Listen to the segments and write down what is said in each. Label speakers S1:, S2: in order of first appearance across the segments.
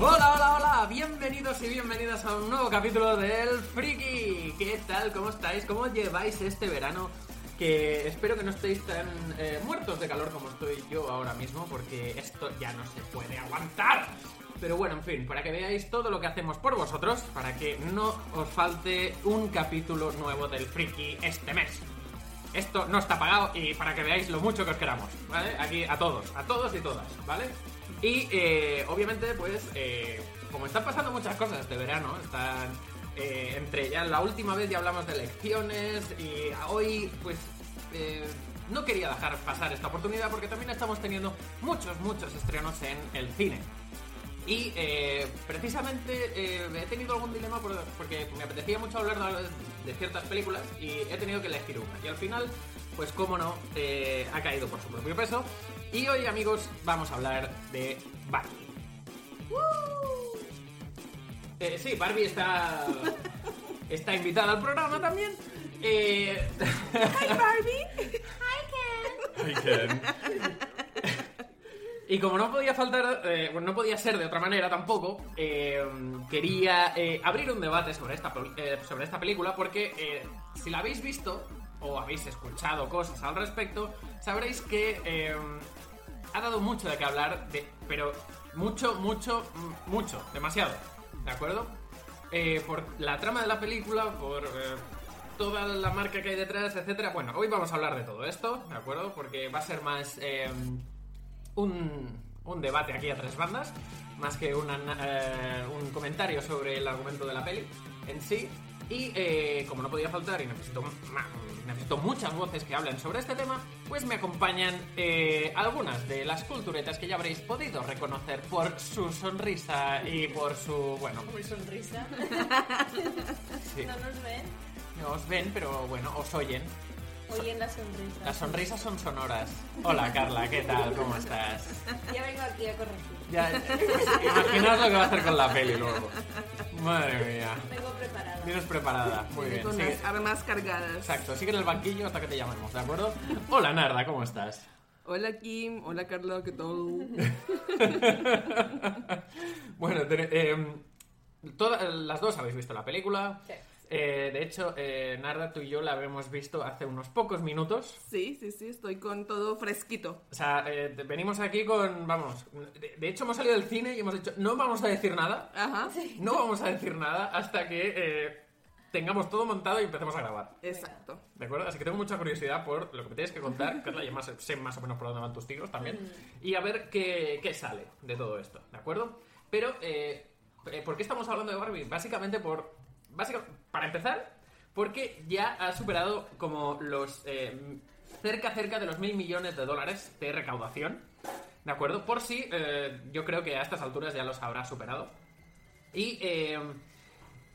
S1: Hola, hola, hola, bienvenidos y bienvenidas a un nuevo capítulo del Friki. ¿Qué tal? ¿Cómo estáis? ¿Cómo lleváis este verano? Que espero que no estéis tan eh, muertos de calor como estoy yo ahora mismo, porque esto ya no se puede aguantar. Pero bueno, en fin, para que veáis todo lo que hacemos por vosotros, para que no os falte un capítulo nuevo del Friki este mes. Esto no está pagado y para que veáis lo mucho que os queramos, ¿vale? Aquí a todos, a todos y todas, ¿vale? Y eh, obviamente, pues, eh, como están pasando muchas cosas este verano, están eh, entre ya la última vez ya hablamos de elecciones y hoy, pues, eh, no quería dejar pasar esta oportunidad porque también estamos teniendo muchos, muchos estrenos en el cine. Y eh, precisamente eh, he tenido algún dilema por- porque me apetecía mucho hablar de, de ciertas películas y he tenido que elegir una. Y al final, pues cómo no, eh, ha caído por su propio peso. Y hoy, amigos, vamos a hablar de Barbie. Eh, sí, Barbie está, está invitada al programa también. Eh, Y como no podía faltar, eh, bueno, no podía ser de otra manera tampoco, eh, quería eh, abrir un debate sobre esta, pel- eh, sobre esta película porque eh, si la habéis visto o habéis escuchado cosas al respecto, sabréis que eh, ha dado mucho de qué hablar, de- pero mucho, mucho, mm, mucho, demasiado, ¿de acuerdo? Eh, por la trama de la película, por eh, toda la marca que hay detrás, etcétera. Bueno, hoy vamos a hablar de todo esto, ¿de acuerdo? Porque va a ser más... em, un, un debate aquí a tres bandas, más que una, eh, un comentario sobre el argumento de la peli en sí. Y eh, como no podía faltar y necesito, ma- necesito muchas voces que hablen sobre este tema, pues me acompañan eh, algunas de las culturetas que ya habréis podido reconocer por su sonrisa y por su... Bueno,
S2: Por sonrisa.
S1: sí,
S2: No nos ven.
S1: no os ven, pero bueno, os oyen.
S2: Oyen la sonrisa.
S1: Las sonrisas son sonoras. Hola Carla, ¿qué tal? ¿Cómo estás?
S2: Ya vengo aquí a corregir.
S1: Ya, imaginaos lo que va a hacer con la peli luego. Madre mía.
S2: Vengo preparada.
S1: Vienes preparada. Muy bien.
S3: Con
S1: sigue.
S3: las armas cargadas.
S1: Exacto. Sigue en el banquillo hasta que te llamemos, ¿de acuerdo? Hola, Narda, ¿cómo estás?
S3: Hola Kim, hola Carla, ¿qué tal?
S1: Bueno, ten- eh, toda- las dos habéis visto la película.
S2: Sí.
S1: Eh, de hecho, eh, Narda, tú y yo la habíamos visto hace unos pocos minutos.
S3: Sí, sí, sí, estoy con todo fresquito.
S1: O sea, eh, te- venimos aquí con, vamos, de, de hecho hemos salido del cine y hemos dicho, no vamos a decir nada,
S3: Ajá.
S1: no vamos a decir nada hasta que eh, tengamos todo montado y empecemos a grabar.
S3: Exacto.
S1: ¿De acuerdo? Así que tengo mucha curiosidad por lo que me tienes que contar, Carla, y además sé más o menos por dónde van tus tiros también, y a ver qué, qué sale de todo esto, ¿de acuerdo? Pero, eh, eh, ¿por qué estamos hablando de Barbie? Básicamente por... básica- para empezar, porque ya ha superado como los... eh, cerca, cerca de los mil millones de dólares de recaudación, ¿de acuerdo? Por si, eh, yo creo que a estas alturas ya los habrá superado. Y... eh,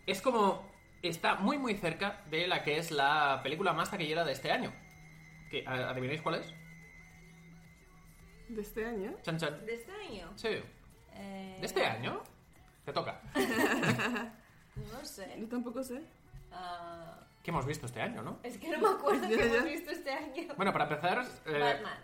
S1: es como está muy muy cerca de la que es la película más taquillera de este año. Que, a- ¿Adivináis cuál es?
S3: ¿De este año?
S1: Chan chan.
S2: ¿De este año?
S1: Sí.
S2: Eh,
S1: ¿De este año? Te toca.
S2: No sé.
S3: Yo tampoco sé.
S2: Ah,
S1: ¿Qué hemos visto este año, no?
S2: es que no me acuerdo
S3: Ya,
S2: que
S3: ya.
S2: hemos visto este año.
S1: Bueno, para empezar, eh,
S2: Batman.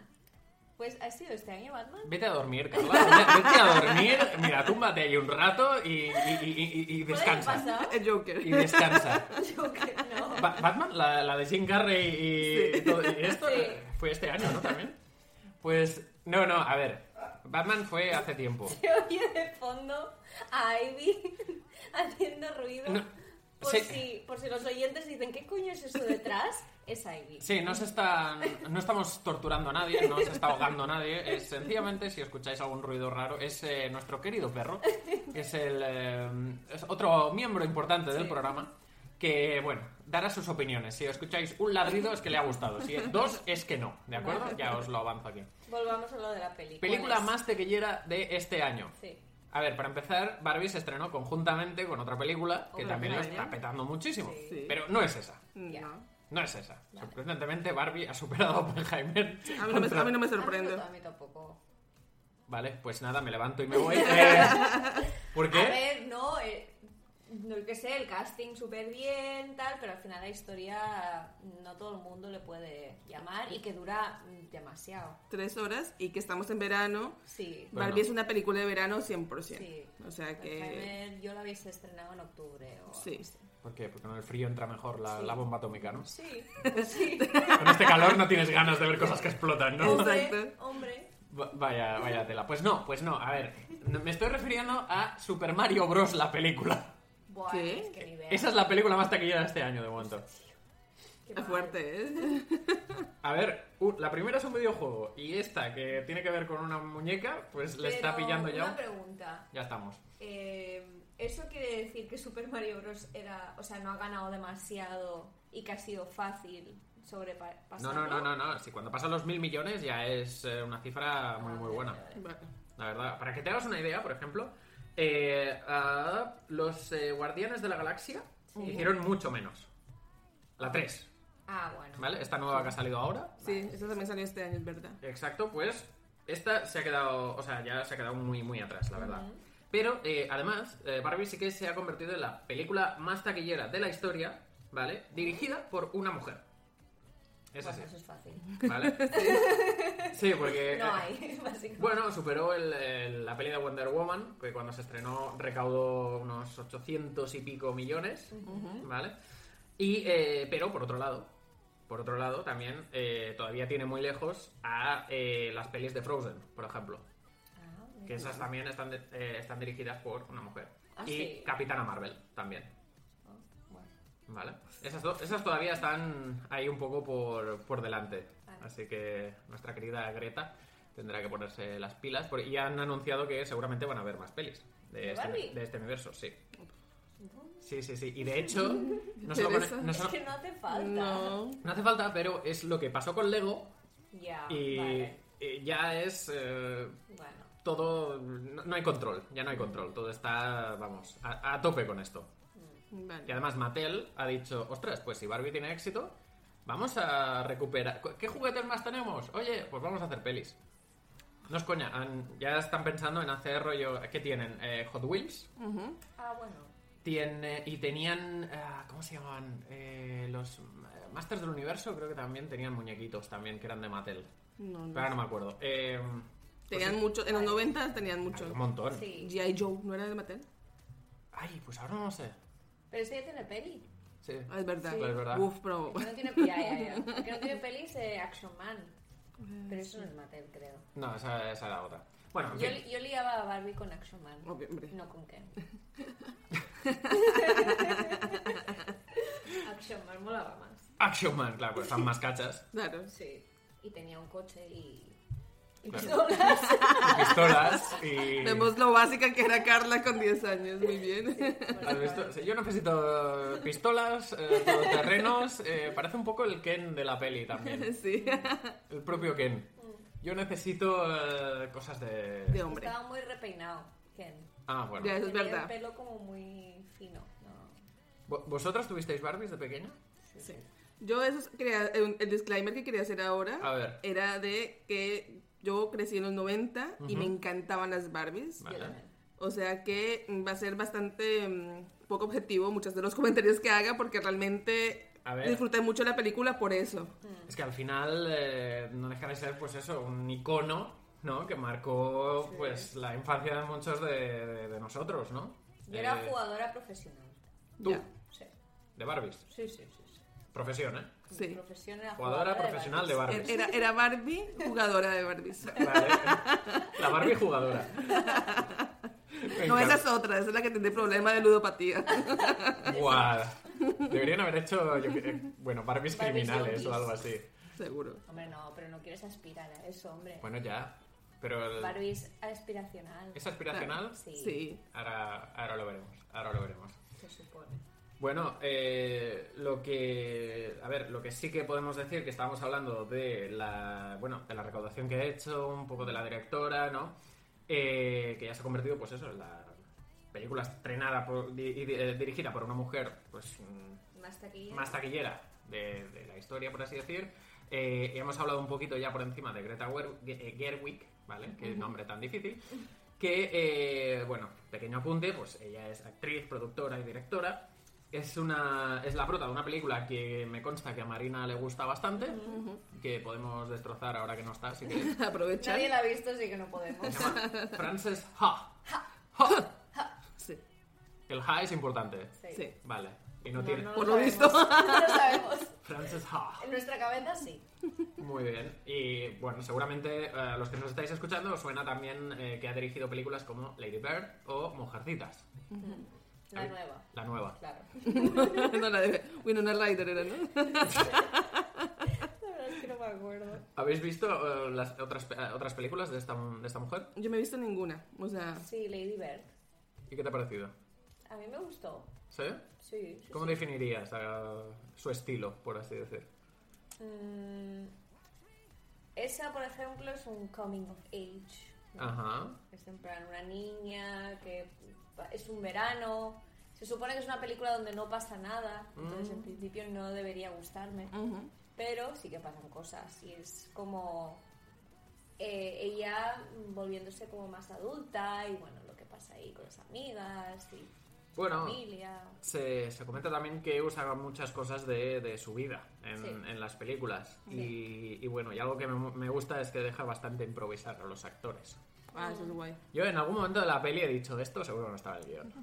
S2: Pues ha sido este año Batman.
S1: vete a dormir, Carla. Vete, vete a dormir. Mira, túmbate ahí un rato y, y- y- y- y
S2: ¿Puede
S1: descansa.
S2: pasar?
S3: El Joker.
S1: Y descansa.
S2: Yo que no.
S1: Ba- ¿Batman? La, la de Jim Carrey y,
S3: Sí.
S1: y todo y esto
S2: Sí.
S1: fue este año, ¿no? También. Pues, no, no, a ver. Batman fue hace tiempo.
S2: Se oye de fondo a Ivy haciendo ruido.
S1: No,
S2: Por,
S1: sí.
S2: si, por si los oyentes dicen, ¿qué coño es eso detrás? Es Ivy.
S1: Sí, no, se está, no estamos torturando a nadie, no se está ahogando a nadie. Es, sencillamente, si escucháis algún ruido raro, es eh, nuestro querido perro. que Es, el, eh, es otro miembro importante del
S3: Sí.
S1: programa que, bueno, dará sus opiniones. Si escucháis un ladrido es que le ha gustado. Si es dos es que no, ¿de acuerdo? Ya os lo avanzo aquí.
S2: Volvamos a lo de la película.
S1: Película
S2: ¿Cuál es?
S1: más tequillera de este año.
S2: Sí.
S1: A ver, para empezar, Barbie se estrenó conjuntamente con otra película que
S3: Otra
S1: también lo
S3: película.
S1: está petando muchísimo.
S3: Sí.
S1: Pero no es esa.
S2: Ya.
S3: No.
S1: No es esa. Sorprendentemente, Barbie ha superado a Oppenheimer.
S3: A mí no me, a mí no me
S2: A
S3: sorprende.
S2: mí, no- a mí tampoco.
S1: Vale, pues nada, me levanto y me voy. Eh, ¿Por
S2: A
S1: qué?
S2: ver, no, eh, no que sé, el casting súper bien, tal, pero al final la historia no todo el mundo le puede llamar y que dura mm, demasiado.
S3: Tres horas y que estamos en verano.
S2: Sí.
S1: Bueno.
S3: Barbie es una película de verano 100%.
S2: Sí.
S3: Pues O sea que...
S2: Oppenheimer, Yo la habéis estrenado en octubre o
S3: Sí.
S2: algo así.
S1: ¿Por qué? Porque con el frío entra mejor la, la bomba atómica, ¿no?
S2: Sí, pues sí.
S1: Con este calor no tienes ganas de ver cosas que explotan, ¿no?
S2: hombre,
S3: Exacto.
S2: hombre.
S1: Va- Vaya, vaya tela. Pues no, pues no. A ver, me estoy refiriendo a Super Mario Bros. la película.
S2: Buah,
S3: ¿Qué?
S2: es que nivel.
S1: Esa es la película más taquillera de este año, de momento.
S2: Qué
S3: Es
S2: mal.
S3: fuerte, ¿eh?
S1: A ver, u- la primera es un videojuego y esta que tiene que ver con una muñeca, pues le está
S2: Pero
S1: pillando ya.
S2: Una
S1: un-
S2: pregunta.
S1: Ya estamos.
S2: Eh, ¿Eso quiere decir que Super Mario Bros. era, o sea, no ha ganado demasiado y que ha sido fácil sobrepasar?
S1: No, no, no, no, no. Si cuando pasan los mil millones ya es eh, una cifra muy, muy buena.
S3: Bueno.
S1: La verdad, para que te hagas una idea, por ejemplo, eh, ah, los eh, Guardianes de la Galaxia hicieron mucho menos. La 3,
S2: Ah, bueno.
S1: ¿vale? Esta nueva que ha salido ahora.
S3: Sí, eso también salió este año, es verdad.
S1: Exacto, pues esta se ha quedado, o sea, ya se ha quedado muy, muy atrás, la verdad. Pero eh, además, eh, Barbie sí que se ha convertido en la película más taquillera de la historia, ¿vale? Dirigida por una mujer. Es
S2: Bueno,
S1: así,
S2: eso es fácil.
S1: ¿vale? Sí, porque...
S2: No
S1: eh,
S2: hay, básicamente.
S1: Bueno, superó el- el- la peli de Wonder Woman, que cuando se estrenó recaudó unos 800 y pico millones, ¿vale? Y, eh, pero por otro lado, por otro lado también eh, todavía tiene muy lejos a eh, las pelis de Frozen, por ejemplo,
S2: Ah,
S1: que esas también están, de- eh, están dirigidas por una mujer.
S2: Ah,
S1: y
S2: sí.
S1: Capitana Marvel también,
S2: bueno.
S1: ¿vale? Esas, do- esas todavía están ahí un poco por, por delante,
S2: Vale.
S1: así que nuestra querida Greta tendrá que ponerse las pilas por- y han anunciado que seguramente van a haber más pelis
S2: ¿De
S1: de, este,
S2: Barbie?
S1: de este universo, sí. Sí, sí, sí. Y de hecho, no solo
S3: Teresa.
S1: con- e, no
S2: Es
S1: solo-
S2: que no hace falta.
S3: No.
S1: no hace falta, pero es lo que pasó con Lego
S2: Ya,
S1: y
S2: Ah, vale.
S1: eh, ya es eh,
S2: Bueno,
S1: todo... No, no hay control, ya no hay control. Todo está, vamos, a, a tope con esto. Y
S3: Vale.
S1: además Mattel ha dicho, ostras, pues si Barbie tiene éxito, vamos a recuperar... ¿Qué juguetes más tenemos? Oye, pues vamos a hacer pelis. No es coña, han- ya están pensando en hacer rollo... ¿Qué tienen? Eh, Hot Wheels.
S2: ah, bueno.
S1: Tiene- y tenían... ah, ¿Cómo se llamaban? Eh, los eh, Masters del Universo creo que también tenían muñequitos también, que eran de Mattel.
S3: No,
S1: Pero
S3: no.
S1: ahora no me acuerdo. Eh,
S3: Tenían mucho, en los 90 tenían mucho.
S1: un montón.
S2: Sí.
S3: G.I. Joe, ¿no era de Mattel?
S1: Ay, pues ahora no sé.
S2: Pero esto ya tiene peli.
S1: Sí.
S3: Ah, es verdad.
S1: Sí. Pues es verdad.
S3: Uf, pero...
S2: Que no tiene peli. Ya, ya, ya. Que no tiene peli es eh, Action Man. Pero eso no es Mattel, creo.
S1: No, esa, esa era otra. Bueno, en
S2: Yo,
S1: fin.
S2: li- yo liaba a Barbie con Action Man.
S3: Obvio, hombre.
S2: No con Ken. Action Man molaba más.
S1: Action Man, claro, pues están más cachas.
S3: Claro.
S2: Sí. Y tenía un coche y. y
S1: Claro.
S2: pistolas.
S1: y pistolas y...
S3: Vemos lo básica que era Carla con 10 años, muy bien.
S1: ¿Has visto? Sí, Yo necesito pistolas, eh, todoterrenos, eh, parece un poco el Ken de la peli también,
S3: Sí,
S1: el propio Ken. Yo necesito eh, cosas
S3: de
S1: de...
S3: hombre.
S2: Estaba muy repeinado, Ken.
S1: Ah,
S3: Ya,
S1: bueno.
S3: eso es
S2: Tenía el
S3: verdad.
S2: pelo como muy fino. ¿no?
S1: ¿Vo- ¿Vosotros tuvisteis Barbies de pequeña?
S3: Sí. Yo eso es- quería, eh, el el disclaimer que quería hacer ahora
S1: A ver.
S3: era de que yo crecí en los 90 y me encantaban las Barbies.
S2: Yo
S1: Vale.
S2: también.
S3: O sea que mm, va a ser bastante mm, poco objetivo muchos de los comentarios que haga porque realmente
S1: A ver.
S3: disfruté mucho la película por eso.
S2: Mm.
S1: Es que al final eh, no deja de ser, pues eso, un icono, ¿no? Que marcó, pues, la infancia de muchos de, de- de nosotros, ¿no?
S2: Yo era
S1: Eh,
S2: jugadora profesional.
S1: Tú,
S3: Ya.
S2: Sí,
S1: de Barbies.
S2: sí, sí. sí, sí.
S1: Profesión, ¿eh?
S2: Mi
S3: Sí. Er,
S2: profesión era
S1: Jugadora profesional de Barbies.
S3: Era, era Barbie, jugadora de Barbies.
S1: Vale. La Barbie jugadora. Me
S3: No,
S1: encanta.
S3: esa es otra, esa es la que tiene problema de ludopatía.
S1: Guau. Deberían haber hecho, yo que- bueno, Barbies
S2: Barbies
S1: criminales o
S2: zombies.
S1: algo así.
S3: Seguro.
S2: Hombre, no, pero no quieres aspirar a eso, hombre.
S1: Bueno, ya. Pero el-
S2: Barbie es aspiracional.
S1: es aspiracional.
S2: Sí,
S3: Sí.
S1: Ahora, ahora lo veremos. Ahora lo veremos.
S2: se supone.
S1: Bueno, eh, lo que, a ver, lo que sí que podemos decir que estábamos hablando de la, bueno, de la recaudación que ha hecho, un poco de la directora, ¿no? Eh, que ya se ha convertido, pues eso, en la película estrenada por- di- y di- eh, dirigida por una mujer, pues mm,
S2: Más taquilla.
S1: más taquillera de, de la historia, por así decir. Eh, y hemos hablado un poquito ya por encima de Greta Wer- Ge- eh, Gerwig, ¿vale? Qué nombre tan difícil. Que, eh, bueno, pequeño apunte, pues ella es actriz, productora y directora. Es, una, es la prota de una película que me consta que a Marina le gusta bastante, que podemos destrozar ahora que no está, así que...
S3: Aprovechar.
S2: Nadie la ha visto, así que no podemos.
S1: Se llama Frances Ha. Ha.
S3: Sí.
S1: El Ha es importante.
S3: Sí.
S1: Vale. Y no,
S2: No,
S1: tiene...
S2: no
S3: Por lo
S2: sabemos. No lo sabemos.
S1: Frances Ha.
S2: En nuestra cabeza sí.
S1: Muy bien. Y bueno, seguramente eh, a los que nos estáis escuchando os suena también eh, que ha dirigido películas como Lady Bird o Mujercitas.
S2: La
S1: Ay.
S2: nueva.
S1: La nueva.
S2: Claro.
S3: no la debe. Winona Ryder era, ¿no?
S2: La verdad es que no me acuerdo.
S1: ¿Habéis visto eh, las otras, pe- eh, otras películas de esta, de esta mujer?
S3: Yo me he visto ninguna. O sea,
S2: Sí, Lady Bird.
S1: ¿Y qué te ha parecido?
S2: A mí me gustó.
S1: ¿Sí?
S2: Sí. sí,
S1: ¿Cómo
S2: sí.
S1: definirías eh, su estilo, por así decir?
S2: Mm, esa, por ejemplo, es un coming of age. ¿no?
S1: Ajá.
S2: Es en plan una niña que va- es un verano. Se supone que es una película donde no pasa nada, entonces en principio no debería gustarme.
S3: ujú.
S2: Pero sí que pasan cosas y es como eh, ella volviéndose como más adulta y bueno, lo que pasa ahí con las amigas y su
S1: Bueno.
S2: familia.
S1: Se, se comenta también que usa muchas cosas de, de su vida en,
S2: Sí.
S1: en las películas. Y, y bueno, y algo que me, me gusta es que deja bastante improvisar a los actores.
S3: ah, eso es guay.
S1: Yo en algún momento de la peli he dicho, esto seguro no estaba en el guión.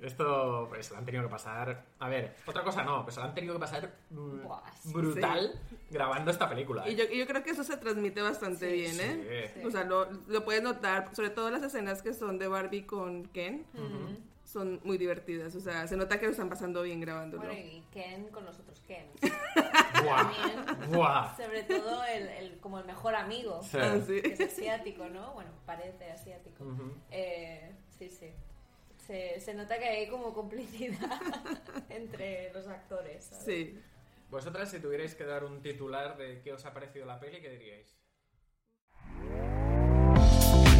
S1: Esto, pues, se lo han tenido que pasar... A ver, otra cosa no, pues se lo han tenido que pasar mm,
S2: Buah, sí.
S1: brutal grabando esta película.
S3: Y yo, y yo creo que eso se transmite bastante bien, ¿eh?
S2: Sí.
S3: O sea, lo, lo puedes notar, sobre todo las escenas que son de Barbie con Ken, son muy divertidas. O sea, se nota que lo están pasando bien grabándolo.
S2: Bueno, y Ken con los otros Ken.
S1: ¡Buah!
S2: También.
S1: ¡Buah!
S2: Sobre todo el, el- como el mejor amigo.
S1: Ah. Sí.
S3: Ah,
S2: que es
S3: sí.
S2: asiático, ¿no? Bueno, parece asiático.
S1: Ujú.
S2: Eh, sí, sí. Se, se nota que hay como complicidad entre los actores. ¿sabes?
S3: Sí.
S1: Vosotras, si tuvierais que dar un titular de qué os ha parecido la peli, ¿qué diríais?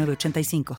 S4: 906985.